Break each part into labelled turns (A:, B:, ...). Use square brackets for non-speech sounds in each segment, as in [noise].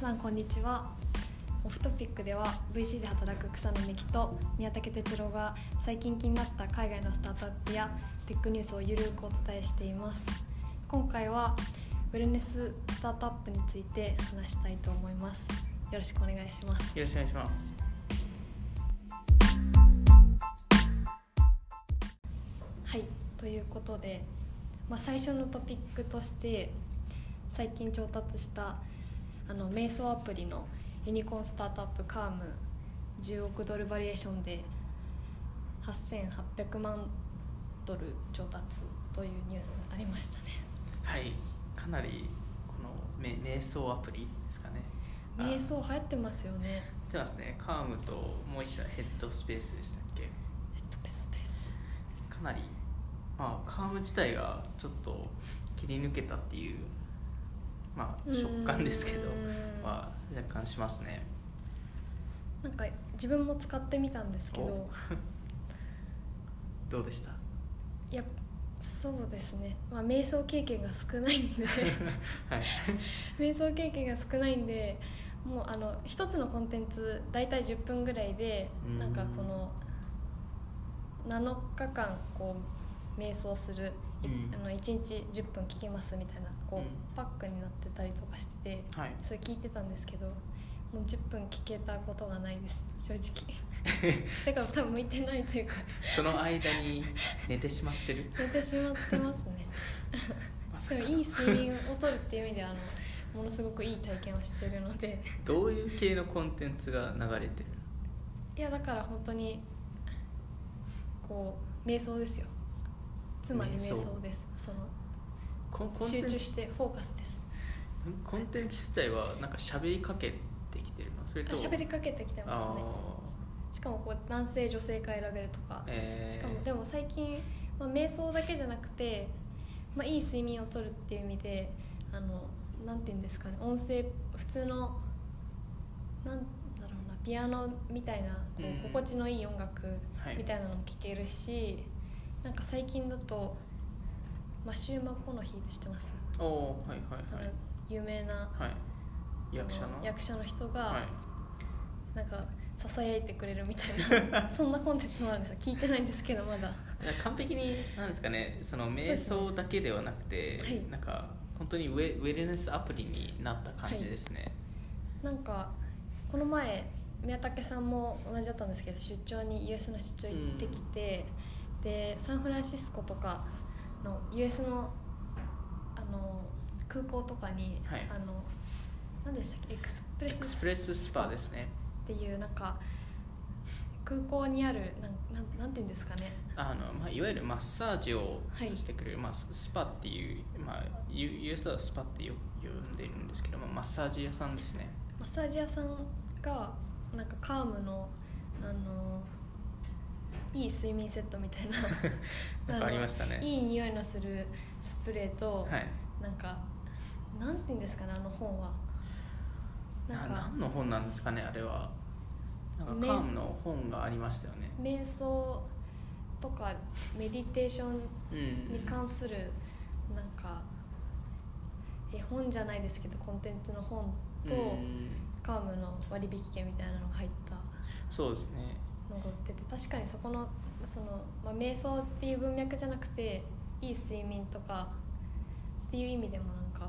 A: さんこんにちはオフトピックでは VC で働く草野美希と宮武哲郎が最近気になった海外のスタートアップやテックニュースをゆるくお伝えしています今回はウェルネススタートアップについて話したいと思いますよろしくお願いします
B: よろしくお願いします。
A: はいということで、まあ、最初のトピックとして最近調達したあの瞑想アプリのユニコーンスタートアップカーム10億ドルバリエーションで8800万ドル調達というニュースありましたね
B: はい、かなりこのめ瞑想アプリですかね。あ
A: 瞑想流行ってますよね
B: やってますね。カームともう一社ヘッドスペースでしたっけ？
A: えっとペスペス
B: かなり、まあ、カーム自体がちょっと切り抜けたっていう、まあ、食感ですけ
A: う
B: ど
A: ーん
B: は若干しますね。
A: なんか自分も使ってみたんですけど
B: お [laughs] どう
A: [laughs]
B: でした？
A: いやそうですね、まあ、瞑想経験が少ないん [laughs] で
B: はい。
A: 瞑想経験が少ないんでもうあの一つのコンテンツ大体10分ぐらいで
B: うん
A: なんかこの7日間こう瞑想する、い
B: うん
A: あの1日10分聞きますみたいなこう、
B: うん
A: パックになってたりとかしてて
B: はい。 [laughs]
A: それ聞いてたんですけどもう10分聞けたことがないです正直 [laughs] だから多分向いてないというか
B: その間に寝てしまっ
A: [laughs]
B: てる。
A: 寝てしまってますね
B: [laughs] まさ
A: で
B: か
A: もいい睡眠をとるっていう意味ではあのものすごくいい体験をしているので
B: どういう系のコンテンツが流れてる？
A: いやだから本当にこう瞑想ですよつまり瞑
B: 瞑想
A: 想ですその
B: コンコンテ
A: 集
B: ン
A: 中
B: ツ
A: してフォーカスです
B: コンテンツ自体はなんか喋りかけてきてるのそれ
A: あ
B: と
A: 喋りかけてきてますね
B: あ
A: しかもこう男性女性から選べるとか
B: ー、えー
A: しかもでも最近、まあ、瞑想だけじゃなくて、まあ、いい睡眠をとるっていう意味であのなんて言うんですかね音声普通のなんだろうなピアノみたいなこ
B: うん
A: う心地のいい音楽
B: はい
A: みたいなのも聴けるし、なんか最近だとマシューマコの日って知ってます、
B: おおはいはい
A: あ
B: は
A: の
B: い
A: 有名な
B: はい役者
A: あ
B: の
A: 役者の人が、
B: はい
A: なんかささやいてくれるみたい
B: [laughs]
A: なそんなコンテンツもあるんですよ聞いてないんですけどまだ。
B: いや完璧になんですかねその瞑想だけではなくて、
A: そうですねはい
B: なんか本当にウェウェルネスアプリになった感じですね、
A: なんかこの前宮武さんも同じだったんですけど出張に US の出張行ってきて、でサンフランシスコとかの US のあの空港とかに、
B: はい
A: あの何でしたっけエクスプレ
B: エ
A: ス
B: クスプレススパです
A: っ
B: ね
A: ていうなんか空港にあるなんなんなんていうんですかね
B: あの、まあ、いわゆるマッサージを
A: はい
B: してくれる、まあ、ススパっていう、まあ、U- US はスパってよ呼んでるんですけど、まあ、マッサージ屋さんですね
A: マッサージ屋さんがなんかカームのあのいい睡眠セットみたいな
B: [laughs] なんかありましたね
A: のいい匂いのするスプレーと、
B: はい
A: なんかなんて言うんですかねあの本は
B: な
A: なんか
B: 何の本なんですかねあれはなんか
A: 瞑
B: カ
A: 想
B: ームの本がありましたよね
A: 瞑想とかメディテーション
B: うん
A: に関するなんか絵本じゃないですけどコンテンツの本と、
B: うん
A: カームの割引券みたいなのが入った
B: そうですね
A: のが売ってて確かにそこのその、まあ、瞑想っていう文脈じゃなくていい睡眠とかっていう意味でもなんか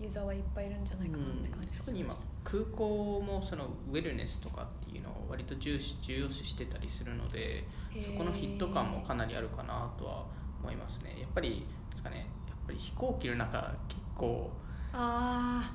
A: ユーザーはいっぱいいるんじゃないかなって感じが
B: 特
A: し
B: に
A: ま
B: 今
A: した、
B: 空港もそのウェルネスとかっていうのを割と重視重要視してたりするので
A: へー
B: そこのヒット感もかなりあるかなとは思いますねやっぱりなんですかねやっぱり飛行機の中結構
A: あ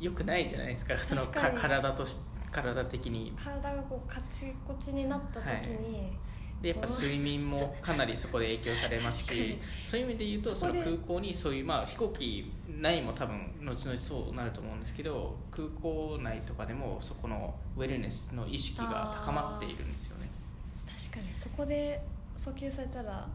B: 良くないじゃないですか [laughs] その
A: 確か
B: か
A: に
B: 体とし体的に
A: ー体がこうカチコチになった時に、
B: でやっぱ
A: その
B: 睡眠もかなりそこで影響されますし
A: [laughs] 確かに
B: そういう意味で言うと
A: そ
B: そ
A: こ
B: の
A: で
B: 空港にそういう、まあ、飛行機内も多分後々そうなると思うんですけど空港内とかでもそこのウェルネスの意識が高まっているんですよね。
A: 確かにそこで訴求されたら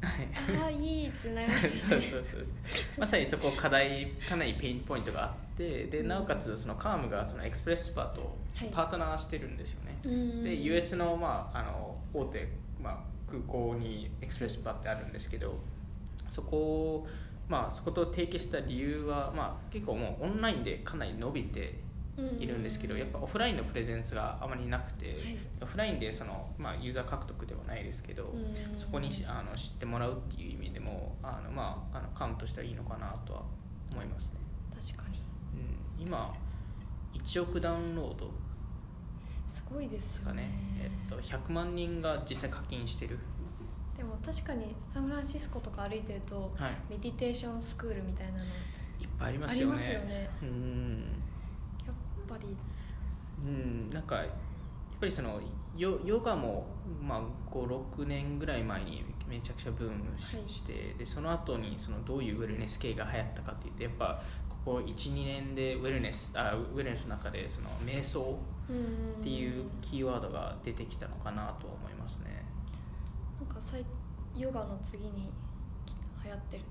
B: はい
A: ああいいってなります
B: そう [laughs] そ
A: よ
B: う
A: ね
B: そうそうまさにそこ課題かなりペインポイントがあってで
A: うん
B: なおかつそのカームがそのエクスプレススパと
A: はい
B: パートナーしてるんですよね。
A: うん
B: で US の,、まあ、あの大手、まあ、空港にエクスプレスバーってあるんですけどそこまあ、そこと提携した理由は、まあ、結構もうオンラインでかなり伸びているんですけどやっぱオフラインのプレゼンスがあまりなくて、
A: い
B: オフラインでその、まあ、ユーザー獲得ではないですけど、
A: うん
B: そこにあの知ってもらうっていう意味でもあの、まあ、あのカウントしてはいいのかなとは思いますね、
A: 確かに
B: うん、今1億ダウンロード
A: すごいで
B: ですす
A: よ
B: かね
A: ね、
B: えっと、100万人が実際課金してる、
A: でも確かにサンフランシスコとか歩いてると
B: はい、
A: メディテーションスクールみたいなの
B: いっぱいありますよね
A: ありますよね
B: うん
A: やっぱり
B: うん、なんかやっぱりそのヨヨガも、まあ、56年ぐらい前にめちゃくちゃブームし,、
A: はい
B: てでその後にそのどういうウェルネス系が流行ったかっていってやっぱここ12年でウェルネスあウェルネスの中でその瞑想
A: うん
B: っていうキーワードが出てきたのかなとは思いますね。
A: なんか最ヨガの次にき流行ってるっ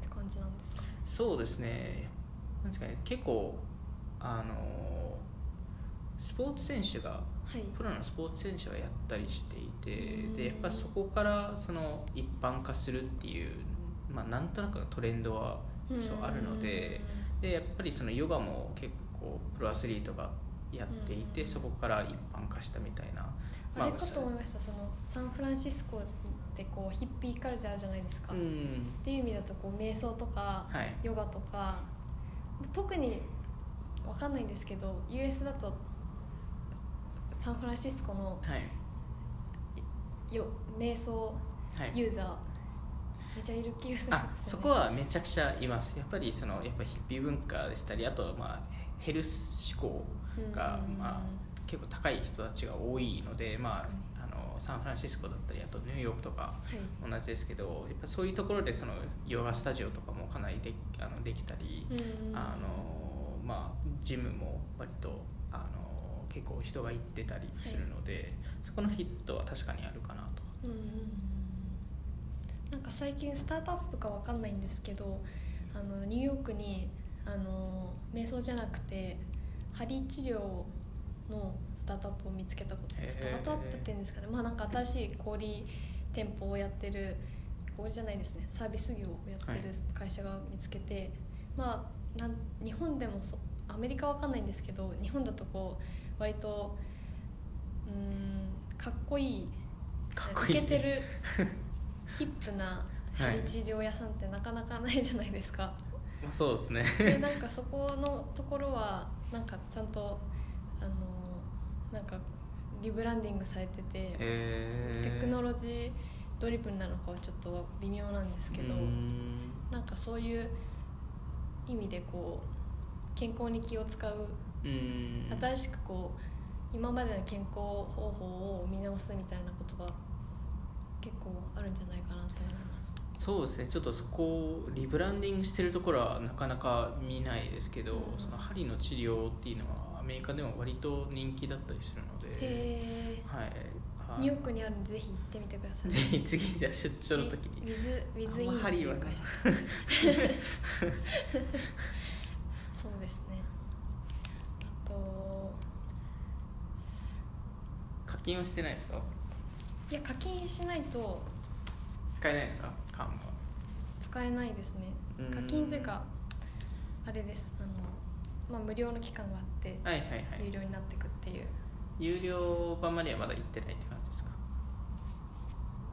A: て感じなんですか
B: そうですねなんですかね結構あのスポーツ選手が
A: はい
B: プロのスポーツ選手がやったりしていて
A: うん
B: でやっぱそこからその一般化するっていう、まあ、なんとなくのトレンドはそうあるのででやっぱりそのヨガも結構プロアスリートがやっていて
A: うん
B: そこから一般化したみたいな、
A: うんあれかと思い
B: ま
A: ましたそのサンフランシスコってこうヒッピーカルチャーあるじゃないですか、
B: う
A: っ
B: ん
A: ていう意味だとこう瞑想とか
B: はい
A: ヨガとか特にわかんないんですけど US だとサンフランシスコの
B: はい
A: よ瞑想
B: はい
A: ユーザー、めちゃいる気がするんですよ、ね
B: あ、そこはめちゃくちゃいますやっぱりそのやっぱヒッピー文化でしたりあとまあヘルス志向が
A: うん
B: まあ結構高い人たちが多いので、ま
A: 確か
B: あ、あのサンフランシスコだったりあとニューヨークとか
A: はい
B: 同じですけどやっぱそういうところでそのヨガスタジオとかもかなりであのできたり、
A: うん
B: あのまあ、ジムも割とあの結構人が行ってたりするので、そこのヒットは確かにあるかなと。
A: うんうんうんなんか最近スタートアップかわかんないんですけどあのニューヨークにあの瞑想じゃなくて針治療のスタートアップを見つけたこと
B: へー
A: スタートアップっていうんですかねまあなんか新しい小売店舗をやってる小売じゃないですねサービス業をやってる会社が見つけて、まあなん日本でもそアメリカはわかんないんですけど日本だとこう割とうーんかっこいい
B: かっこいいね
A: イケてるヒップな針治療屋さんってなかなかないじゃないですか、
B: まあ、 [laughs] そうですね
A: でなんかそこのところはなんかちゃんとあのなんかリブランディングされてて、
B: えー
A: テクノロジードリブンなのかはちょっと微妙なんですけど、
B: うーん
A: なんかそういう意味でこう健康に気を使う
B: うーん
A: 新しくこう今までの健康方法を見直すみたいなことが結構あるんじゃないかなと思います。
B: そうですねちょっとそこをリブランディングしてるところはなかなか見ないですけど、
A: うん
B: その針の治療っていうのはアメリカでも割と人気だったりするの
A: へ
B: で、
A: え
B: はいあ
A: ニューヨークにあるのでぜひ行ってみてください。
B: ぜひ次じゃあ出張の時
A: ウ
B: に
A: ィズウィズイン
B: あんま
A: って
B: 針
A: い
B: は
A: う
B: な
A: [laughs] 会社。そうですね。あと
B: 課金はしてないですか
A: いや課金しないと
B: 使えないですか缶は
A: 使えないです
B: うん
A: ね課金というかあれですあの、まあ、無料の期間があって
B: はいはいは
A: 有
B: い
A: 料になっていくっていう、
B: 有料版まではまだ行ってないって感じですか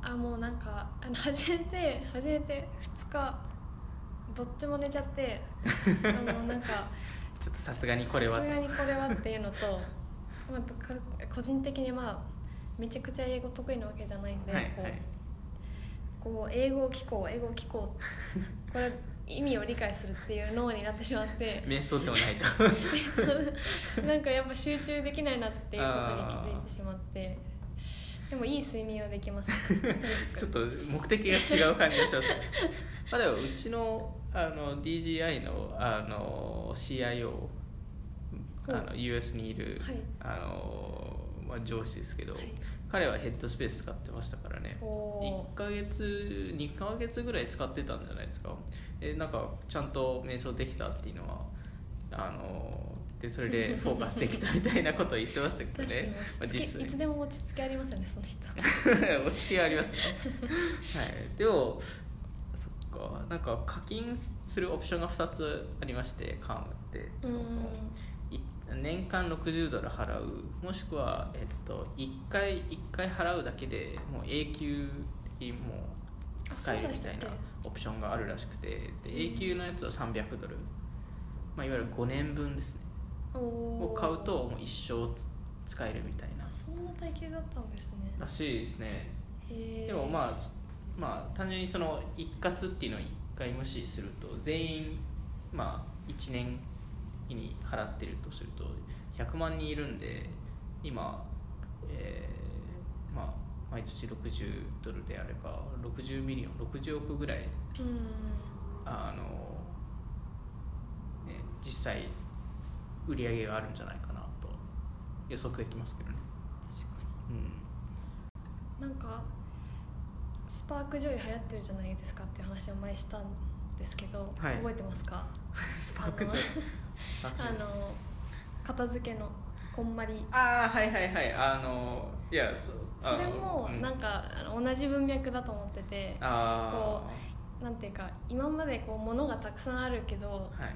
A: あもうなんかあの初めて初めて2日どっちも寝ちゃってあのなんか
B: ちょっとさすがに
A: さ
B: [laughs] これは
A: すがにこれはっていうのと、まあとか、個人的にまあめちゃくちゃ英語得意なわけじゃないんで、
B: はい
A: こう
B: はい
A: こう英語を聞こう英語を聞こうこれ意味を理解するっていう脳になってしまって
B: [laughs] [laughs] 瞑想ではないと
A: [laughs] そうなんかやっぱ集中できないなっていうことに気づいてしまってでもいい睡眠はできますとにかく
B: [laughs] ちょっと目的が違う感じがしますねまあでもうちのあの DJI のあの CIO あの
A: お
B: US にいる、
A: はい
B: あのまあ、上司ですけど、
A: はい
B: 彼はヘッドスペース使ってましたからね
A: お
B: 1ヶ月2ヶ月ぐらい使ってたんじゃないですかでなんかちゃんと瞑想できたっていうのはあのでそ
A: [laughs]
B: れでフォーカスできたみたいなことを言ってましたけど
A: 確かに
B: ねまあ
A: 落ち着きい
B: [laughs]
A: つでも落ち着きありますよねその人 [laughs]
B: 落ち着きはありますね、はい、でもそっかなんか課金するオプションが2つありましてカームってそもそもい年間60ドル払うもしくは、えっと、1回一回払うだけでもう永久にもう使えるみたいな
A: あそうでしたっ
B: オプションがあるらしくて
A: う
B: で
A: ん
B: 永久のやつは300ドル、まあ、いわゆる5年分ですね
A: うんお
B: を
A: ー
B: 買うともう一生つ使えるみたいな
A: あそんな耐久だったんですね
B: らしいですね
A: へえ
B: でもまあつまあ単純にその一括っていうのを一回無視すると全員まあ1年に払ってるとすると100万人いるんで今、えーまあ、毎年60ドルであれば60ミリオン60億ぐらい
A: うん
B: あの、ね、実際売り上げがあるんじゃないかなと予測できますけどね。
A: 確か
B: う
A: にな
B: ん
A: んかスパークジョイ流行ってるじゃないですかっていう話を前したんですけど、
B: はい
A: 覚えてますか
B: [laughs] スパークジョイ。スパークジョイ
A: あの片付けのこんまり
B: ああはいはいはいあのいやそう
A: それもなん
B: か
A: かあの同じ文脈だと思ってて
B: あ
A: なんていうか今までこう物がたくさんあるけど
B: ーはい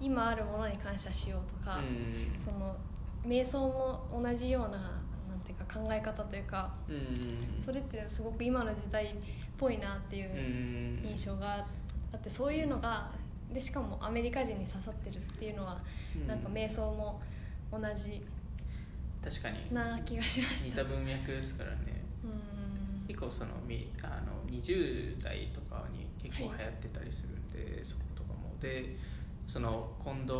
A: 今あるものに感謝しようとか
B: はい、うん
A: その瞑想も同じようななんていうか考え方というか
B: うん
A: それってすごく今の時代っぽいなっていううん印象があってそういうのがでしかもアメリカ人に刺さってるっていうのは
B: うん
A: なんか瞑想も同じ
B: 確かに
A: な気がしまし
B: 似
A: た。
B: た
A: うん
B: 文脈ですからね結構そのみあの20代とかに結構
A: はい
B: 流行ってたりするんで、そことかもでその近藤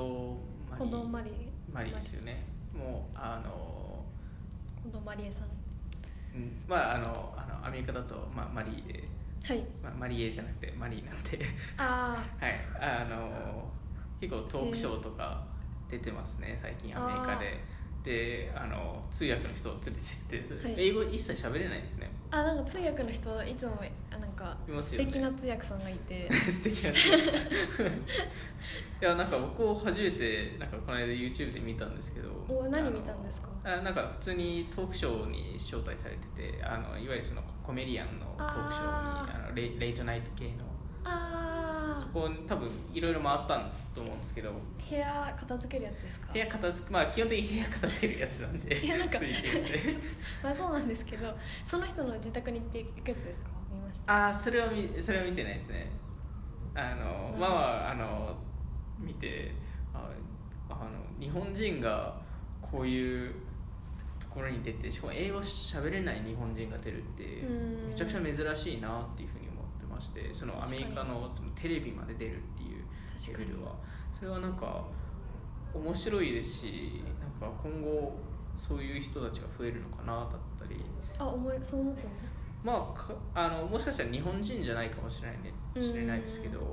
B: マリ
A: 近藤マリ
B: マリですよねもうあの
A: 近藤マリエさん
B: うんまああのあのアメリカだと、まあ、マリーで、
A: はい
B: [laughs] まあ、マリエじゃなくてマリーなんで [laughs]
A: あ
B: はい、あの結構トークショーとか出てますね最近アメリカでであの通訳の人を連れてって、
A: はい
B: 英語一切喋れないんですね
A: ーあなんか通訳の人いつもあなんか
B: います
A: 素
B: よね
A: 敵な通訳さんがいて
B: [laughs] 素敵な人ですいやなんか僕を初めてなんかこの間 YouTube で見たんですけど
A: [laughs] お何見たんですか
B: あのあなんか普通にトークショーに招待されててあのいわゆるそのコメディアンのトークショーに
A: あー
B: あのレイレイトナイト系の
A: あ
B: そこ多分いろいろ回ったんと思うんですけど
A: あ部屋片付けるやつですか
B: 部屋片付けまあ基本的に部屋片付けるやつなんで
A: いやなんか
B: ついてるんで
A: [laughs] まあそうなんですけどその人の自宅に行っていくやつですか見ました
B: ああそれは見それは見てないですねあのまあまああの見てああの日本人がこういうところに出てしかも英語喋れない日本人が出るって
A: うん
B: めちゃくちゃ珍しいなっていうふうに思ってましてそのアメリカのそのテレビまで出るっていうレ
A: 確か
B: ベ
A: に
B: ルはそれはなんか面白いですしなんか今後そういう人たちが増えるのかなだったり
A: あ思いそう思ったんですか
B: まあかあのもしかしたら日本人じゃないかもしれない,、ね、
A: うん
B: 知れないですけど、ま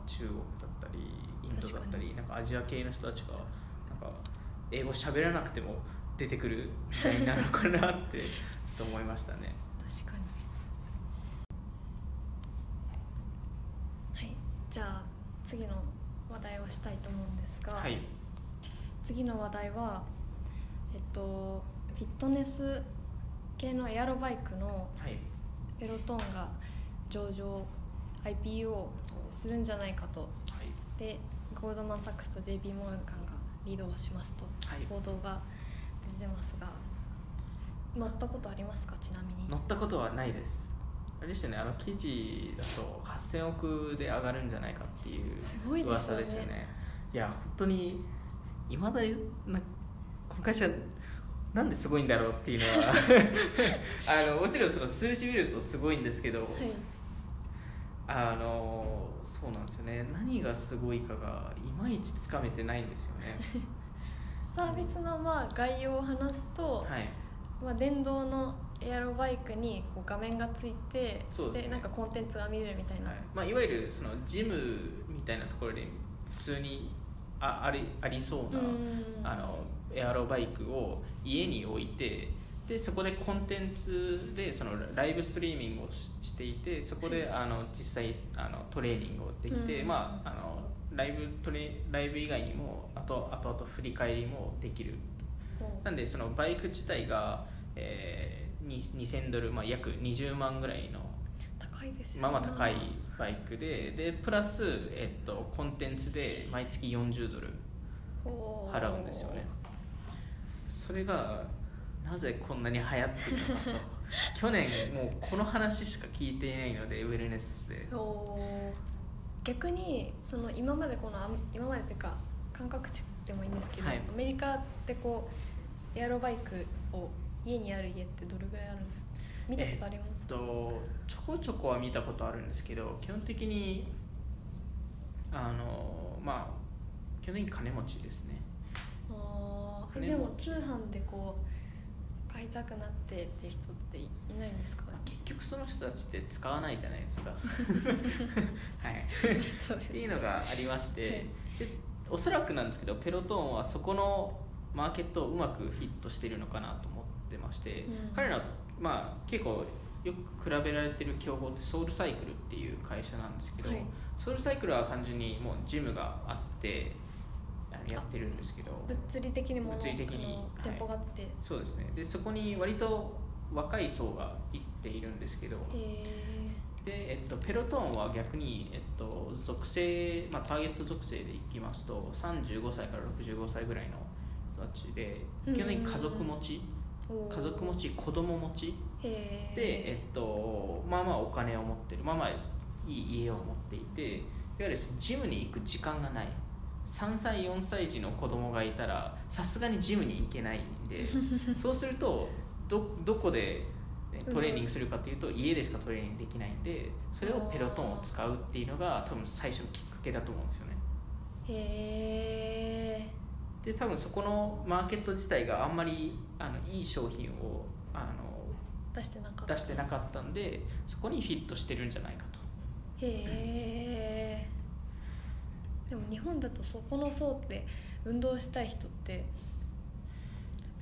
B: あ、中国だったりインドだった
A: 確か
B: りなんかアジア系の人たちがなんか英語喋らなくても出てくる時代になるのかなってちょっと思いました
A: [laughs]
B: ね。
A: 確かにはいじゃあ次の話題をしたいと思うんですが、
B: はい、
A: 次の話題はえっとフィットネス系のエアロバイクの
B: はい
A: ペロトンが上場 IPO するんじゃないかと
B: はい
A: でゴールドマン・サックスと JP モルガンがリードをしますと
B: はい
A: 報道が出てますが乗ったことありますかちなみに
B: 乗ったことはないですあれですよねあの記事だと8000億で上がるんじゃないかってい
A: すごいうですよね
B: 噂ですよねいや本当にいまだになこの会社なんですごいんだろうっていうの
A: [laughs]
B: はあのもちろんその数字見るとすごいんですけど、
A: はい
B: あのそうなんですよね何がすごいかがいまいちつかめてないんですよ
A: [laughs]
B: ね
A: サービスのまあ概要を話すと、
B: はい
A: まあ、電動のエアロバイクにこう画面がついて
B: そうですね
A: なんかコンテンツが見れるみたいな、
B: はいまあ、いわゆるそのジムみたいなところで普通にあありありそうな
A: うん
B: あのエアロバイクを家に置いてでそこでコンテンツでそのライブストリーミングをししていてそこであの実際あのトレーニングをできて、
A: うん
B: まあ、あのライブトレライブ以外にもあとあとあと振り返りもできる
A: こう
B: なんでそのバイク自体が、えーに2000ドル、まあ、約20万ぐらいの
A: 高高いですよ
B: まあまあ高いバイクででプラス、えっと、コンテンツで毎月40ドル
A: おー
B: 払うんですよねそれがなぜこんなに流行ってるのかと去年もうこの話しか聞いていないのでウェルネスで
A: おー逆にその今までこのあ今までっていうか感覚値でもいいんですけど、
B: はい
A: アメリカってこうエアロバイクを家にある家ってどれぐらいあるんですか見たことありま
B: え
A: す
B: っとちょこちょこは見たことあるんですけど基本的にあのまあ基本的に金持ちですね
A: あー
B: ね
A: でも通販でこう買いたくなってっていう人っていないん
B: [laughs]
A: ですか、
B: まあ結局その人たちって使わないじゃないですか [laughs] はい
A: そうで
B: っ
A: す
B: ていうのがありまして、
A: はい
B: でおそらくなんですけどペロトーンはそこのマーケットをうまくフィットしてるのかなと思ってまして、
A: うん
B: 彼らは、まあ、結構よく比べられてる競合ってソウルサイクルっていう会社なんですけど、
A: はい
B: ソウルサイクルは単純にもうジムがあってあのやってるんですけど
A: 物理的にもの
B: 物理的に
A: あの
B: はい
A: 店舗があって、
B: そうですねでそこに割と若い層が行っているんですけど、
A: え
B: で、えっと、ペロトンは逆に、えっと、属性、まあ、ターゲット属性でいきますと35歳から65歳ぐらいの人たちで
A: うん
B: 基本的に家族持ち
A: ーおー
B: 家族持ち子供持ち
A: へー
B: で、えっと、まあまあお金を持ってるまあまあいい家を持っていていわゆるジムに行く時間がない3歳4歳児の子供がいたらさすがにジムに行けないんでそうするとどどこでねトレーニングするかというと家でしかトレーニングできないんでそれをペロトンを使うっていうのが多分最初のきっかけだと思うんですよね
A: へえ
B: で多分そこのマーケット自体があんまりあのいい商品をあの
A: 出してなかった
B: 出してなかったんでそこにフィットしてるんじゃないかと
A: へえでも日本だとそこの層って運動したい人って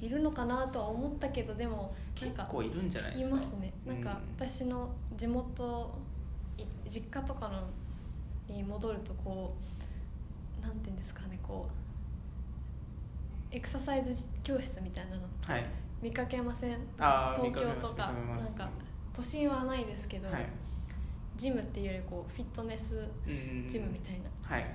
A: いるのかなとは思ったけどでもなん
B: 結
A: か
B: 構いるんじゃないで
A: い
B: すか
A: ますねなんか
B: うん
A: 私の地元い実家とかのに戻るとこうなんていうんですかねこうエクササイズ教室みたいなの
B: はい
A: 見かけません
B: あー
A: 東京とか
B: 見かけます
A: なんか都心はないですけど、
B: はい
A: ジムっていうよりこうフィットネス
B: うん
A: ジムみたいな、
B: はい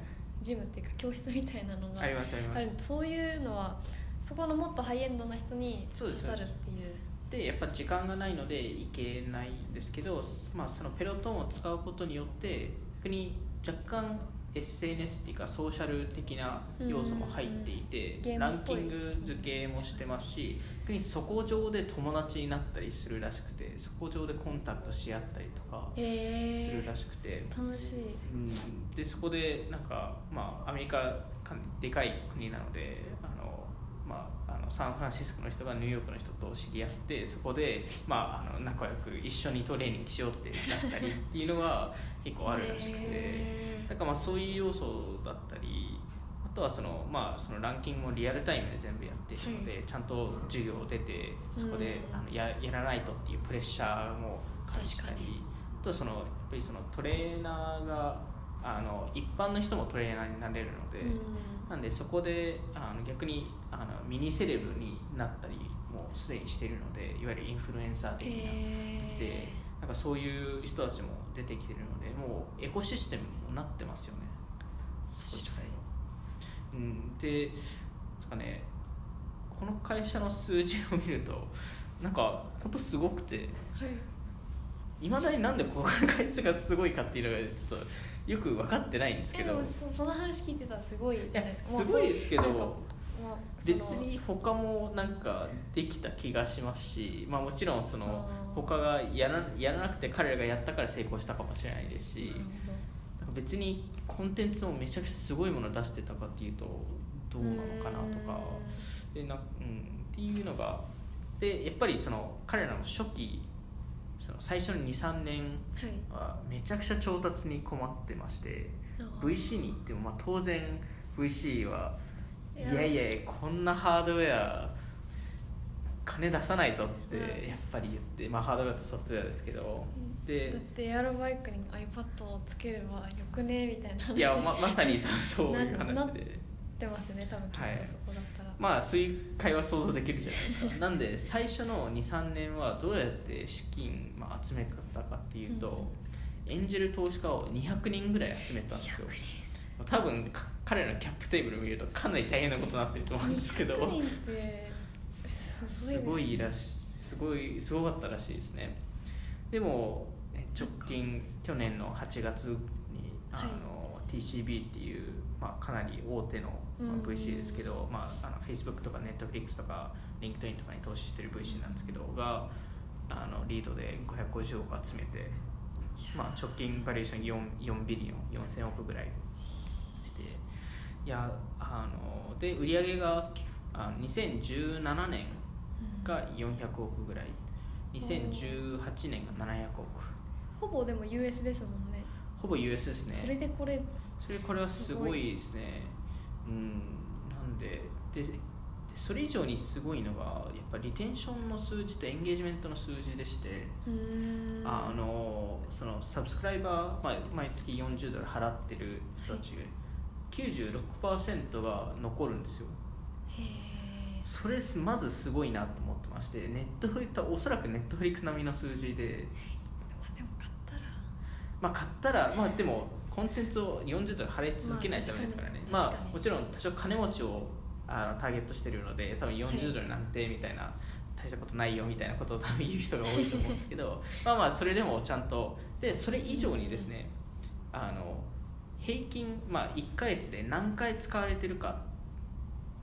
A: ジムっていうか教室みたいなのが
B: ありますあり
A: あ
B: ます
A: るそういうのはそこのもっとハイエンドな人に
B: そう
A: 刺
B: です
A: さるっていう
B: でやっぱ時間がないので行けないんですけど、まあ、そのペロトンを使うことによって逆に若干 SNS っていうかソーシャル的な要素も入っていて
A: うんうんうん
B: ランキング付けもしてますし逆にそこ上で友達になったりするらしくてそこ上でコンタクトし合ったりとか
A: へ
B: するら
A: え
B: しくて、
A: 楽しい
B: うんでそこでなんか、まあ、アメリカかなりでかい国なのであの、まあ、あのサンフランシスコの人がニューヨークの人と知り合ってそこで、まあ、あの仲良く一緒にトレーニングしようってなったりっていうのが結構あるらしくて
A: へ
B: なんかまあそういう要素だったりあとはその、まあ、そのランキングもリアルタイムで全部やっているので、ちゃんと授業出てそこで、
A: うん
B: あのややらないとっていうプレッシャーも感じた
A: 確か
B: りあとそのやっぱりそのトレーナーがあの一般の人もトレーナーになれるので、
A: ーうん
B: なんでそこであの逆にあのミニセレブになったりもうすでにしているのでいわゆるインフルエンサー的な
A: へ
B: 形で、
A: え
B: なんかそういう人たちも出てきてるのでもうエコシステムになってますよねそこ自体がうんでですかねこの会社の数字を見るとなんか本当すごくて
A: はい
B: いまだになんでこの会社がすごいかっていうのがちょっとよく分かってないんですけ
A: えで
B: ど
A: もそその話聞いてたらすごいじゃないですか
B: いやすごいですけど
A: もうそうなんかもうそ
B: 別
A: の
B: に他もなんかできた気がしますし、まあ、もちろんその
A: あー
B: 他がやらやらなくて彼らがやったから成功したかもしれないですし
A: なるほど
B: なんか別にコンテンツをめちゃくちゃすごいもの出してたかっていうとどうなのかなとかでな、うん、っていうのがでやっぱりその彼らの初期その最初の23
A: うー
B: 年
A: んはい
B: はめちゃくちゃ調達に困ってまして
A: あー
B: VC に行っても、まあ、当然 VC はい
A: いや
B: やいやこんなハードウェア金出さないぞって
A: うん
B: やっぱり言って、まあ、ハードウェアとソフトウェアですけど
A: うん
B: で
A: だってエアロバイクに iPad をつければよくねみたいな話
B: いやままさに多分そういう
A: な
B: 話
A: な
B: で。
A: ってますよね多分きっ
B: はい
A: とそこだったら、
B: まあそういう会話想像できるじゃないですかなんで最初の23年はどうやって資金、まあ、集めたかっていうと、
A: うん
B: エンジェル投資家を200人ぐらい集めたんですよ多分か彼らのキャップテーブル見るとかなり大変なことになってると思うんですけど
A: 200人って
B: すごいらしすごいすごかったらしいですねでもね直近去年の8月にあの、TCB っていう、まあ、かなり大手の、まあ
A: うん
B: VC ですけど、まあ、あの Facebook とか Netflix とか LinkedIn とかに投資してる VC なんですけどがあのリードで550億集めて、まあ、直近バリエーション 4, 4ビリオン4000億ぐらいしていやあので売り上げがあ2017年が400億ぐらい2018年が700億
A: ほぼでも US ですもんね
B: ほぼ US ですね
A: それでこれ
B: それこれはすごいですねうんなんでででそれ以上にすごいのがやっぱリテンションの数字とエンゲージメントの数字でして、
A: うーん
B: あのそのサブスクライバー、まあ、毎月40ドル払ってる人たち、96%が残るんですよ
A: へえ
B: それまずすごいなと思ってましてネットフリおそらくネットフリックス並みの数字で
A: でも買ったら
B: まあ、買ったら、まあ、でもコンテンツを40ドル払い続けないとダメですからね、
A: ま
B: ま
A: あ
B: あ
A: 確かに確かに
B: もちろん多少金持ちをあのターゲットしてるので多分
A: はい
B: 40ドルなんてみたいな、大したことないよみたいなことを多分言う人が多いと思うんですけ
A: [laughs]
B: どまあまあそれでもちゃんとでそれ以上にですねあの平均、まあ、1ヶ月で何回使われてるか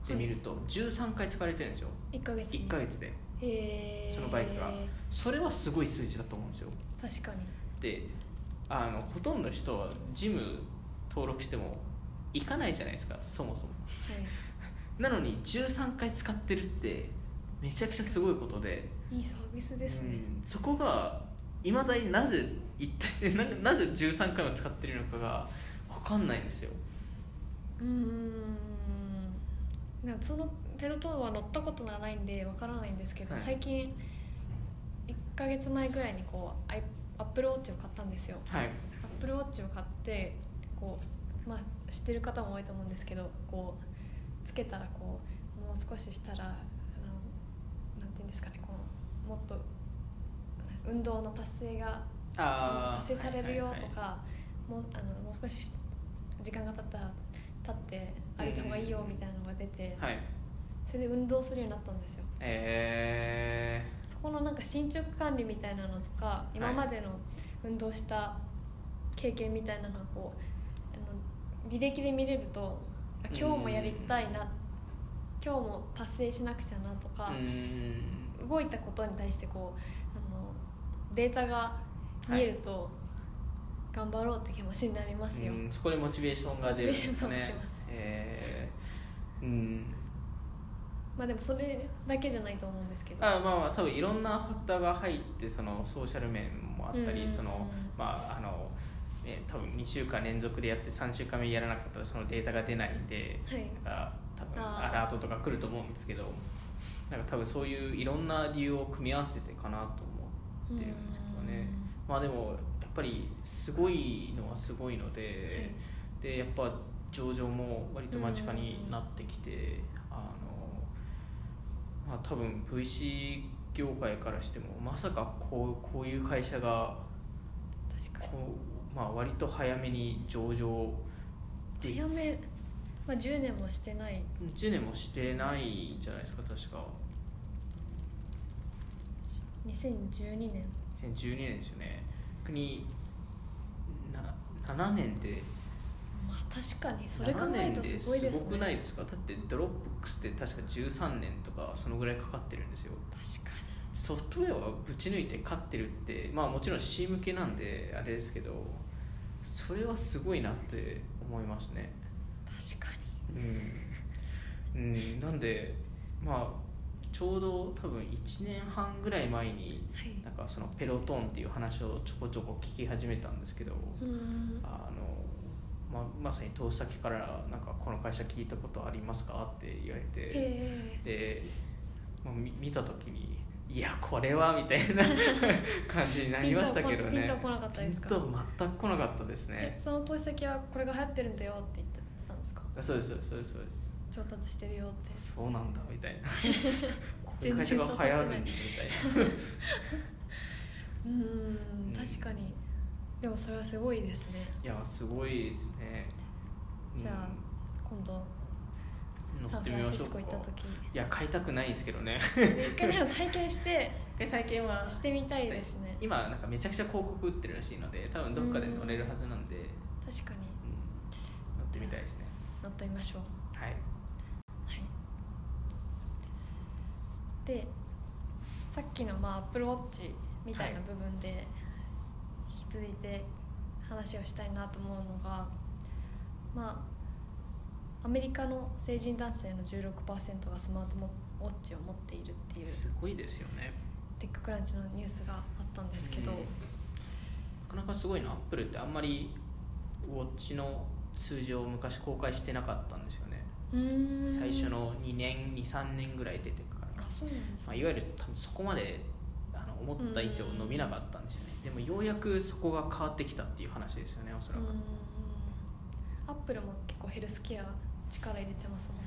B: って見ると13回使われてるんですよ
A: 1ヶ月に
B: 1ヶ月で
A: へえ
B: そのバイクがそれはすごい数字だと思うんですよ
A: 確かに
B: であのほとんどの人はジム登録しても行かないじゃないですかそもそ
A: は
B: もなのに13回使ってるってめちゃくちゃすごいことで
A: いいいサービスですね、
B: うんそこがいまだになぜ一体 [laughs] ななぜ13回も使ってるのかが分かんないんですよ
A: うーんなんかそのペロトーは乗ったことがないんでわからないんですけど、
B: はい
A: 最近1ヶ月前ぐらいにこうアイアップルウォッチを買ったんですよ
B: は
A: ア
B: い
A: ップルウォッチを買ってこう、まあ、知ってる方も多いと思うんですけどこうつけたらこうもう少ししたらあのなんていうんですかねこうもっと運動の達成が
B: あ
A: 達成されるよ
B: はいはい
A: と
B: はい
A: かもうあのもう少し時間が経ったら立って歩いた方がいいよみたいなのが出て、
B: はい、
A: それで運動するようになったんですよ
B: え
A: そこのなんか進捗管理みたいなのとか今までの運動した経験みたいなのがこうあの履歴で見れるとあ今日もやりたいな、今日も達成しなくちゃなと
B: ー、
A: か
B: う、ん
A: 動いたことに対してこうあのデータが見えると、頑張ろうって気持ちになりますよ、
B: うん、そこでモチベーションが出るんですか
A: モチベーションが
B: ね
A: 出ます
B: えーうん
A: まあでもそれだけじゃないと思うんですけど
B: あまあまあ多分いろんなファクターが入ってそのソーシャル面もあった
A: うんうん
B: り、
A: うん
B: そのまああの、ね、多分2週間連続でやって3週間目やらなかったらそのデータが出ないんで
A: はい
B: だから多分
A: あー
B: アラートとか来ると思うんですけどなんか多分そういういろんな理由を組み合わせてかなと思ってるんですけどねまあでもやっぱりすごいのはすごいので、
A: はい
B: でやっぱ上場も割と間近になってきて、あのまあ、多分 VC 業界からしてもまさかこうこういう会社が
A: 確かに
B: こう、まあ、割と早めに上場で
A: 早め、まあ、10年もしてない
B: 10年もしてないんじゃないですか確か
A: 2012年
B: 2012年ですよね国な7年で
A: まあ確かにそれ考えるとすごいですね
B: 7年ってすごくないですかだってドロップボックスって確か13年とかそのぐらいかかってるんですよ
A: 確か
B: ソフトウェアをぶち抜いて勝ってるってまあもちろん C 向けなんであれですけどそれはすごいなって思いますね
A: に確かに
B: うん、うん、なんでまあちょうど多分1年半ぐらい前に
A: はい
B: なんかそのペロトンっていう話をちょこちょこ聞き始めたんですけど
A: うーん
B: あのままさに投資先から「なんかこの会社聞いたことありますか?」って言われて
A: へえ
B: で、まあ、み見た時に「いやこれは」みたいな感じになりましたけどね
A: ピンとこなかったですか
B: ピンと全く来なかったです
A: え
B: ね
A: その投資先はこれが流行ってるんだよって言ってたんですか
B: そうですそうですそうですそうです
A: 調達してるよって
B: そうなんだみたい
A: [laughs]
B: なこういう
A: 全然
B: 会社が流行るんだみたいな
A: うーん
B: うん
A: 確かにでもそれはすごいですね
B: [laughs] いやすごいですね
A: じゃあ、今度
B: うん乗
A: サ
B: っ
A: ン
B: て
A: フ
B: み
A: ラ
B: ま
A: ンシ
B: しょう
A: スコ
B: か
A: 行った時
B: いや買いたくないですけど
A: [laughs]
B: ね
A: 一回でも体験
B: [laughs]
A: して
B: 一回体験は
A: してみたいですね
B: 今なんかめちゃくちゃ広告売ってるらしいので多分どっかで乗れるはずなんで、うん
A: 確かに
B: 乗ってみたいですね
A: 乗ってみましょう
B: はい
A: はいでさっきのまあアップルウォッチみたいな部分で引き続いて話をしたいなと思うのがまあアメリカの成人男性の16%がスマートウォッチを持っているっていう
B: すごいですよね
A: テッククランチのニュースがあったんですけど、
B: うんなかなかすごいなアップルってあんまりウォッチの通常を昔公開してなかったんですよね
A: うーん
B: 最初の2年23年ぐらい出てくから、
A: あそうなんです
B: まあ、
A: ね、
B: いわゆる多分そこまであの思った以上伸びなかったんですよねでもようやくそこが変わってきたっていう話ですよねおそらく、
A: うーんアップルも結構ヘルスケア力入れてますもんね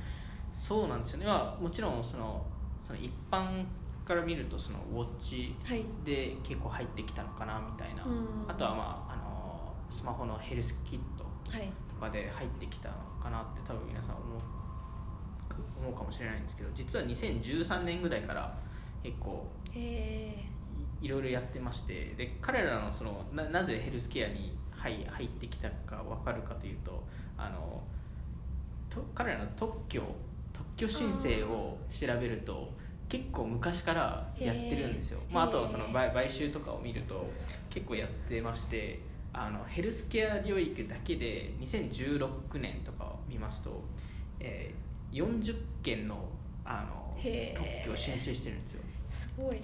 B: そうなんですよね、まあ、もちろんそのその一般から見るとそのウォッチ
A: はい
B: で結構入ってきたのかなみたいな、
A: うん
B: あとはまああのスマホのヘルスキット
A: はい
B: とかで入ってきたのかなって多分皆さん思う思うかもしれないんですけど実は2013年ぐらいから結構
A: え
B: いいろいろやってましてで彼らのそのななぜヘルスケアに入入ってきたか分かるかというとあのと彼らの特許特許申請を調べると結構昔からやってるんですよ
A: へ、ー
B: まあ、あとその
A: へー
B: 買買収とかを見ると結構やってましてあのヘルスケア領域だけで2016年とかを見ますと、えー40件のあの
A: へー
B: 特許を申請してるんですよ
A: ー、すごい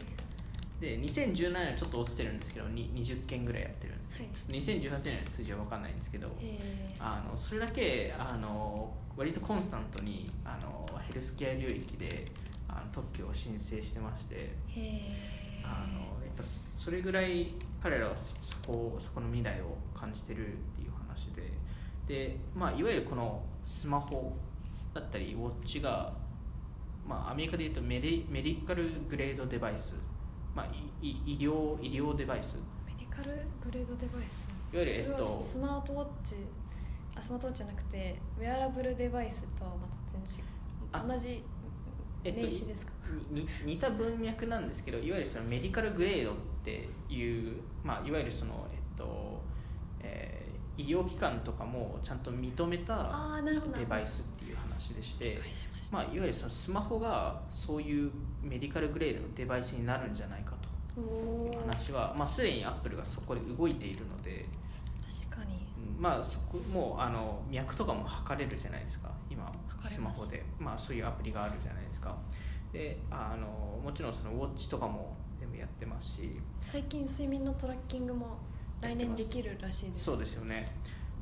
B: で2017年はちょっと落ちてるんですけどに20件ぐらいやってるんです
A: はい
B: 2018年の数字は分かんないんですけど
A: えー、
B: あのそれだけあの割とコンスタントにあのヘルスケア領域であの特許を申請してまして
A: へー
B: あのやっぱそれぐらい彼らはそそこをそこの未来を感じてるっていう話でで、まあ、いわゆるこのスマホだったりウォッチが、まあ、アメリカでいうとメディメディカルグレードデバイス、まあ、いい医療医療デバイス
A: メディカルグレードデバイス
B: いわゆるえっと
A: それはスマートウォッチあスマートウォッチじゃなくてウェアラブルデバイスとはまた全然違
B: あ
A: う同じ
B: えっと
A: 名詞ですか、
B: に似た文脈なんですけどいわゆるそのメディカルグレードっていう、まあ、いわゆるその、えっとえー医療機関とかもちゃんと認めた
A: ああーなるほどな
B: デ
A: るほ
B: バ
A: ど
B: イスっていう話でし
A: 理
B: て、
A: 解しました、
B: まあ、いわゆるそのスマホがそういうメディカルグレードのデバイスになるんじゃないか
A: お
B: とい
A: お
B: う
A: ー
B: 話は、まあ、すでにアップルがそこで動いているので、
A: 確かに
B: うんまあ、そこもうあの脈とかも測れるじゃないですか今
A: 測れます
B: スマホで、まあ、そういうアプリがあるじゃないですかであのもちろんそのウォッチとかも全部やってますし
A: 最近睡眠のトラッキングも来年できるらしいです
B: そうですよね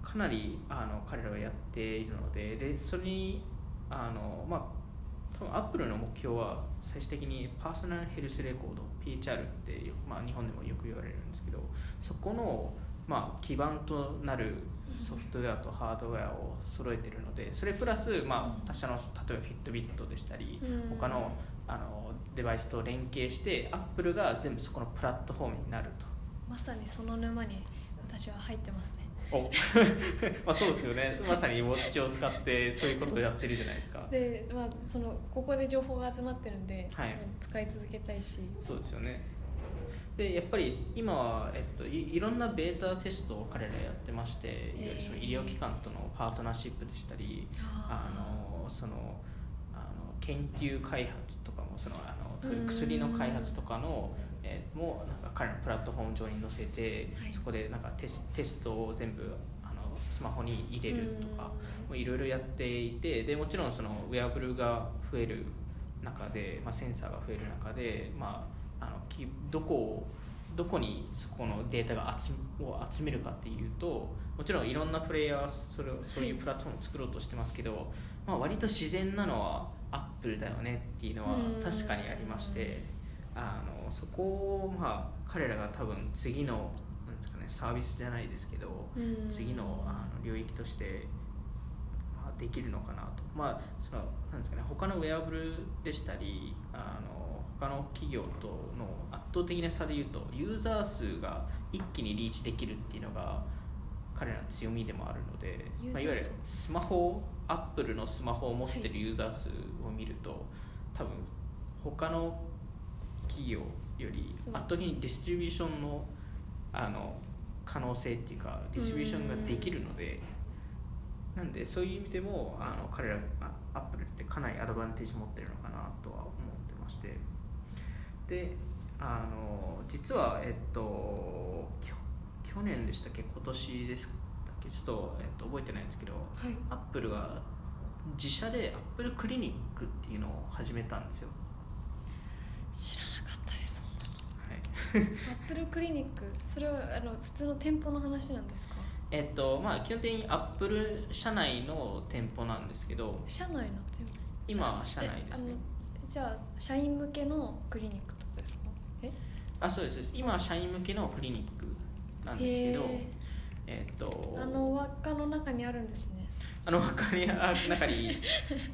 B: かなりあの彼らはやっているのででそれにあのまあ多分アップルの目標は最終的にパーソナルヘルスレコード PHR ってよ、まあ、日本でもよく言われるんですけどそこの、まあ、基盤となるソフトウェアとハードウェアを揃えてるのでそれプラス、まあ、他社の例えばフィットビットでしたり
A: うん
B: 他のあのデバイスと連携してアップルが全部そこのプラットフォームになると。
A: まさにその沼に私は入ってますね
B: お [laughs] まあそうですよねまさにウォッチを使ってそういうことをやってるじゃないですか
A: で、まあ、そのここで情報が集まってるんで、
B: はい
A: 使い続けたいし
B: そうですよねでやっぱり今は、えっと、いいろんなベータテストを彼らやってましていわゆるその医療機関とのパートナーシップでしたりあのそのあの研究開発とかもそのあ
A: うん
B: の薬の開発とかの、えーもなんか彼のプラットフォーム上に載せて、
A: はい
B: そこでなんかテステストを全部あのスマホに入れるとかもういろいろやっていてでもちろんそのウェアブルが増える中で、まあ、センサーが増える中で、まあ、あのきどこをどこにそこのデータが集めを集めるかっていうともちろんいろんなプレイヤーはそれをそういうプラットフォームを作ろうとしてますけど、まあ、割と自然なのはアップルだよねっていうのは
A: うん
B: 確かにありましてあのそこをまあ彼らが多分次のなんですか、ね、サービスじゃないですけど、
A: うん
B: 次のあの領域として、まあ、できるのかなと、まあそのなんですかね、他のウェアブルでしたりあの他の企業との圧倒的な差でいうとユーザー数が一気にリーチできるっていうのが彼らの強みでもあるので、まあ、い
A: ユーザー数
B: わゆるスマホアップルのスマホを持ってるユーザー数を見ると、多分他の企業より
A: ス
B: 圧
A: マ
B: 倒的にディストリビューションのあの可能性っていうかディストリビューションができるのでなんでそういう意味でもあの彼らあアップルってかなりアドバンテージ持ってるのかなとは思ってましてであの実はえっときょ去年でしたっけ今年ですだっけちょっと、えっと、覚えてないんですけど
A: はい
B: アップルが自社でアップルクリニックっていうのを始めたんですよ、
A: 知らなかったですそんなの
B: はい、
A: アップルクリニックそれはあの普通の店舗の話なんですか
B: えっとまあ、基本的にアップル社内の店舗なんですけど
A: 社内の店舗
B: 今は
A: さ
B: 社内ですね
A: えあのじゃあ社員向けのクリニックってことですかえ
B: あそうですそうです今は社員向けのクリニックなんですけど
A: へ
B: えっと
A: ーあの輪っかの中にあるんですね
B: あの中にあ中
A: [laughs]
B: に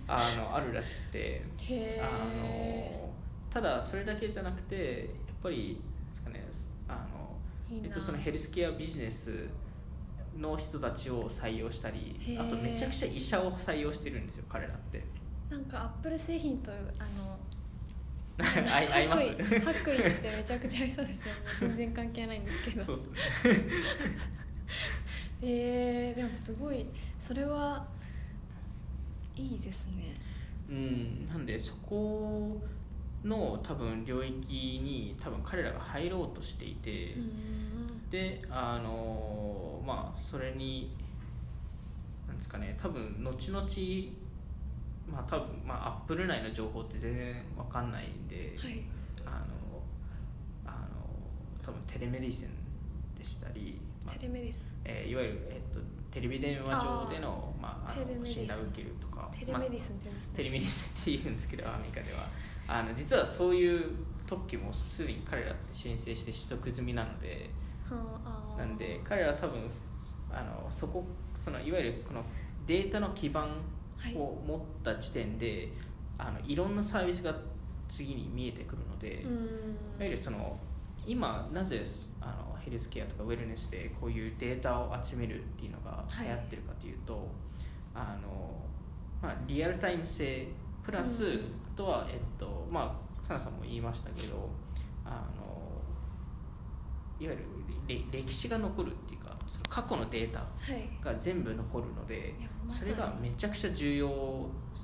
B: あのあるらしくて
A: へえ
B: あのただそれだけじゃなくてやっぱりなんですかねあの
A: いいな
B: えっと、そのヘルスケアビジネスの人たちを採用したり
A: へー
B: あとめちゃくちゃ医者を採用してるんですよ彼らって
A: なんかアップル製品とあの
B: [laughs] 合い合います [laughs]
A: 白衣白衣ってめちゃくちゃ合いそうですねもう全然関係ないんですけど
B: そうっすね
A: えー、でもすごいそれはいいですね
B: うん、なんでそこの多分領域に多分彼らが入ろうとしていて、
A: うん
B: であのまあそれになんですかね多分後々まあ多分まあアップル内の情報って全然わかんないんで、
A: はい
B: あのあの多分テレメディセンでしたり、まあ
A: テレメディス
B: えーいわゆる、えっと、テレビ電話上でのまあ、あ
A: テレメ
B: の
A: ディセン
B: 診断を受けるとか
A: テレメディスって言うんですね、
B: テレミリスっていうんですけどアメリカではあの実はそういう特許もすでに彼らって申請して取得済みなので
A: はああー
B: なんで彼らは多分あのそこそのいわゆるこのデータの基盤
A: はい
B: を持った時点で、い、あのいろんなサービスが次に見えてくるので、
A: う
B: いわ
A: ん
B: ゆるその今なぜあのヘルスケアとかウェルネスでこういうデータを集めるっていうのが流行ってるかというと、あのまあ、リアルタイム性プラス、
A: うん
B: あとはえっとまあサナさんも言いましたけどあのいわゆるれ歴史が残るっていうかその過去のデータ
A: はい
B: が全部残るので
A: いやまさ
B: そ
A: に
B: れがめちゃくちゃ重要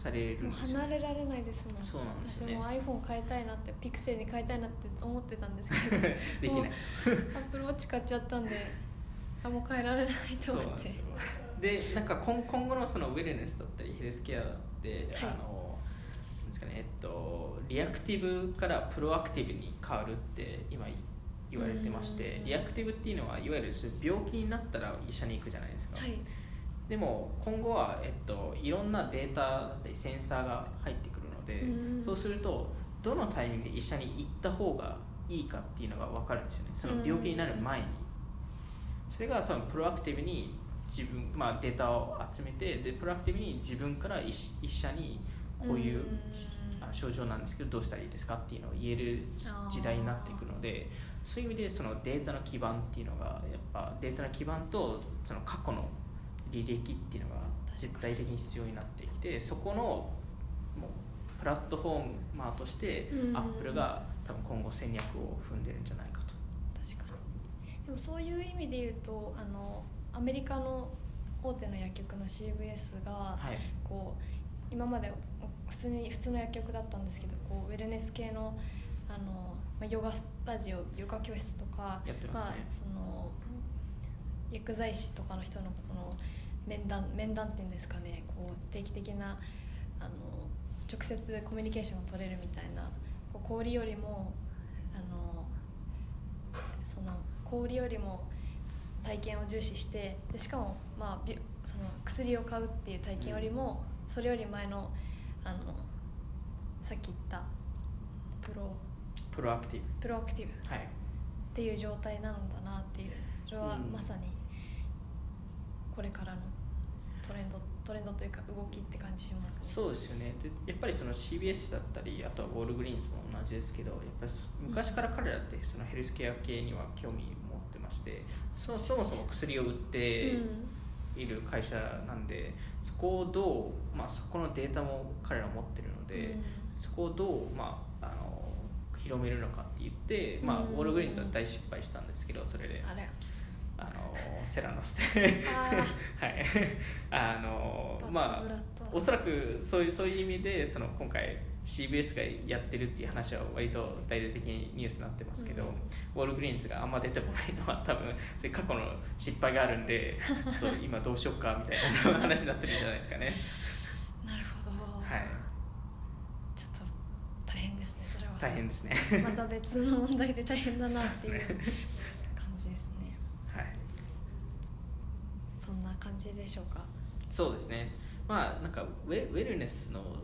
B: される
A: も
B: ん
A: う
B: ですよ
A: 離れられないですもん
B: そうなんですよ
A: 私
B: ね
A: も iPhone 変えたいなってピクセルに変えたいなって思ってたんですけ
B: [laughs]
A: ど
B: できない
A: もうアップルウォッチ買っちゃったんであもう変えられないと
B: そう
A: 思
B: なん
A: っ
B: で
A: て
B: すよでなんか今今後のそのウェルネスだったりヘルスケアで、
A: はい
B: あのなんですかねえっとリアクティブからプロアクティブに変わるって今言われてまし
A: うんうん
B: て
A: うん
B: リアクティブっていうのはいわゆるそういう病気になったら医者に行くじゃないですか、
A: はい
B: でも今後は、えっと、いろんなデータだったりセンサーが入ってくるので、
A: うんうん
B: そうするとどのタイミングで医者に行った方がいいかっていうのが分かるんですよねその病気になる前に、それが多分プロアクティブに自分、まあ、データを集めてでプロアクティブに自分から医師医者にこういう、
A: うん
B: あの症状なんですけどどうしたらいいですかっていうのを言える
A: あー
B: 時代になっていくのでそういう意味でそのデータの基盤っていうのがやっぱデータの基盤とその過去の履歴っていうのが絶対的に必要になってきてそこのもうプラットフォーマーとして
A: うん
B: アップルが多分今後戦略を踏んでるんじゃないかと。
A: 確かにでもそういう意味で言うとあのアメリカの大手の薬局の CVS が
B: はい
A: こう今まで普通に普通の薬局だったんですけどこうウェルネス系のあの、まあ、ヨガスタジオヨガ教室とか
B: やって
A: ま
B: ま
A: あ
B: すね、
A: その薬剤師とかの人のこの面談面談っていうんですかねこう定期的なあの直接コミュニケーションを取れるみたいなこう小売よりもあのその小売よりも体験を重視してでしかも、まあ、びその薬を買うっていう体験よりも、それより前のあのさっき言ったプロ
B: プロアクティ
A: プロアクティブ
B: ブはい
A: っていう状態なのだなっていうそれは
B: うん
A: まさにこれからのトレンドトレンドというか動きって感じしますね
B: そうですよねでやっぱりその CBS だったりあとはウォールグリーンズも同じですけどやっぱりそ昔から彼らってそのヘルスケア系には興味持ってましてそそもそも薬を売って
A: うん
B: いる会社なんで、そこをどう、まあ、そこのデータも彼ら持ってるので、
A: うん
B: そこをどう、まあ、あの広めるのかって言って、まあ、
A: うん
B: ウォールグリーンズは大失敗したんですけどそれで
A: あれ
B: あのセラノスではい [laughs] あのまあ
A: バッドブラッド
B: おそらくそういうそういう意味でその今回 CBS がやってるっていう話は割と大々的にニュースになってますけど、
A: うん
B: ウォールグリーンズがあんま出てこないのは多 [laughs] 分それ過去の失敗があるんでちょっと今どうしようかみたいな話になってるんじゃないです
A: [laughs]
B: かね。
A: なるほど、
B: はい、
A: ちょっと大変ですねそれは
B: 大変ですね。
A: また別の問題で大変だなっていう
B: そうです
A: 感じですね
B: [laughs] はい
A: そんな感じでしょうか
B: そうですねまあなんかウェウェルネスのなんか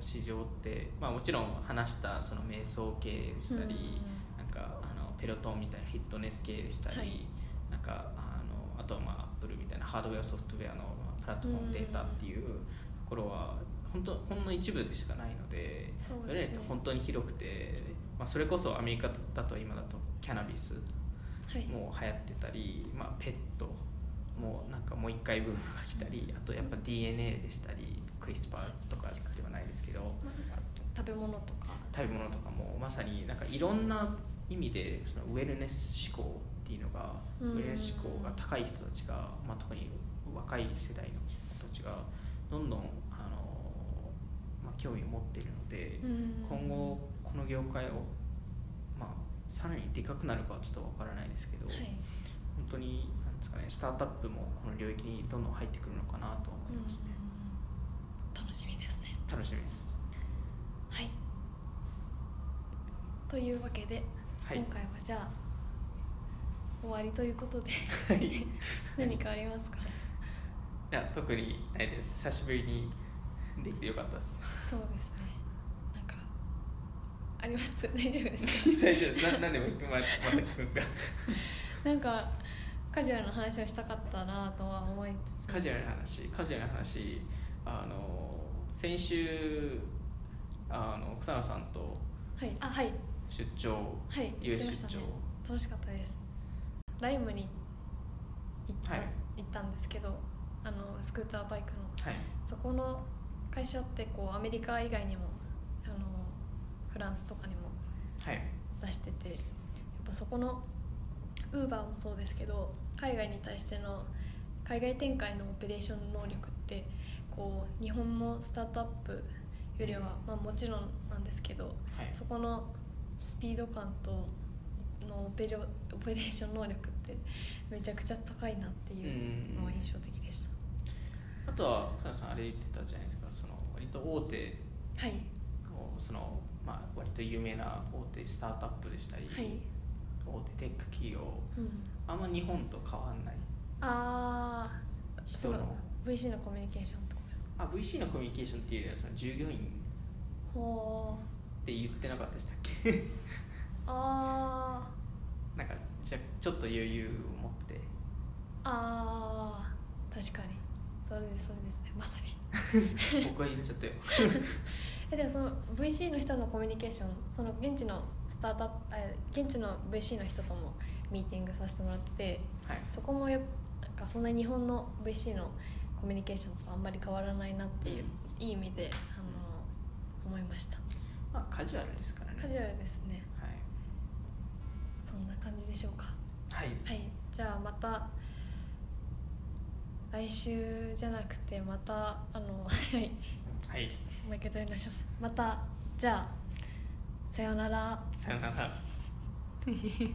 B: 市場って、まあ、もちろん話したその瞑想系でした
A: うんうん
B: り、なんかあのペロトンみたいなフィットネス系でしたり、
A: はい
B: なんかあのあとはまあアップルみたいなハードウェアソフトウェアのまあプラットフォームデータっていうところは本当ほんの一部でしかないので
A: そうですね
B: ウェルネスって本当に広くて、まあ、それこそアメリカだと今だとキャナビス
A: はい
B: もう流行ってたり、まあ、ペットもなんかもう一回ブームが来たりあとやっぱ DNA でしたりクリスパーとかではないですけど
A: まあ食べ物とか
B: 食べ物とかもまさになんかいろんな意味でそのウェルネス志向っていうのが
A: うん
B: ウェルネス志向が高い人たちが、まあ、特に若い世代の人たちがどんどんあの、まあ、興味を持っているので、
A: うん
B: 今後この業界を、まあ、さらにでかくなるかはちょっとわからないですけど。
A: はい
B: 本当になんですかねスタートアップもこの領域にどんどん入ってくるのかなと思いますね、
A: うん楽しみですね
B: 楽しみです
A: はいというわけで、
B: はい
A: 今回はじゃあ終わりということで [laughs]
B: はい
A: 何かありますか
B: いや特にないです久しぶりにできてよかったです
A: そうですねなんかあります大丈夫
B: [laughs]
A: ですか
B: [laughs] 大丈夫ななんでもままた聞くんです
A: [laughs] なんかカジュアルな話をしたかったなとは思いつ
B: か
A: つ
B: カジュアルな話カジュアルな話あの先週あの草野さんと
A: はいあはい
B: 出張
A: はい
B: US
A: 行きました
B: 出張
A: 楽しかったですライムに行った,、
B: はい
A: 行ったんですけどあのスクーターバイクの
B: はい
A: そこの会社ってこうアメリカ以外にもあのフランスとかにも
B: はい
A: 出しててやっぱそこのウーバーもそうですけど海外に対しての海外展開のオペレーション能力ってこう日本もスタートアップよりは、まあ、もちろんなんですけど
B: はい
A: そこのスピード感とのオペレオペレーション能力ってめちゃくちゃ高いなっていうのは印象的でした。
B: あとは草野さんあれ言ってたじゃないですかその割と大手
A: はい、
B: その、まあ、割と有名な大手スタートアップでしたり、
A: はい
B: 大手テック企業
A: うん
B: あんま日本と変わんない
A: ああそ
B: 人
A: の
B: の
A: VC のコミュニケーションってことですか
B: あ VC のコミュニケーションっていうよりはその従業員
A: ほう
B: って言ってなかったでしたっけ [laughs]
A: あ
B: なんかじゃちょっと余裕を持っ
A: [laughs]
B: て
A: ーあー確かにそれですそれですねまさに
B: 僕は言っちゃったよ
A: えでもその VC の人のコミュニケーションその現地のスタートアップえ現地の VC の人ともミーティングさせてもらって
B: はい
A: そこもやっなんかそんなに日本の VC のコミュニケーションとあんまり変わらないなっていう、いい意味であの思いました
B: まあカジュアルですからね
A: カジュアルですね
B: は
A: そんな感じでしょうか
B: い、はい、
A: はい、じゃあまた来週じゃなくてまたあの [laughs] はい
B: はい、
A: もう一回取り直しますまたじゃあさようなら
B: さよなら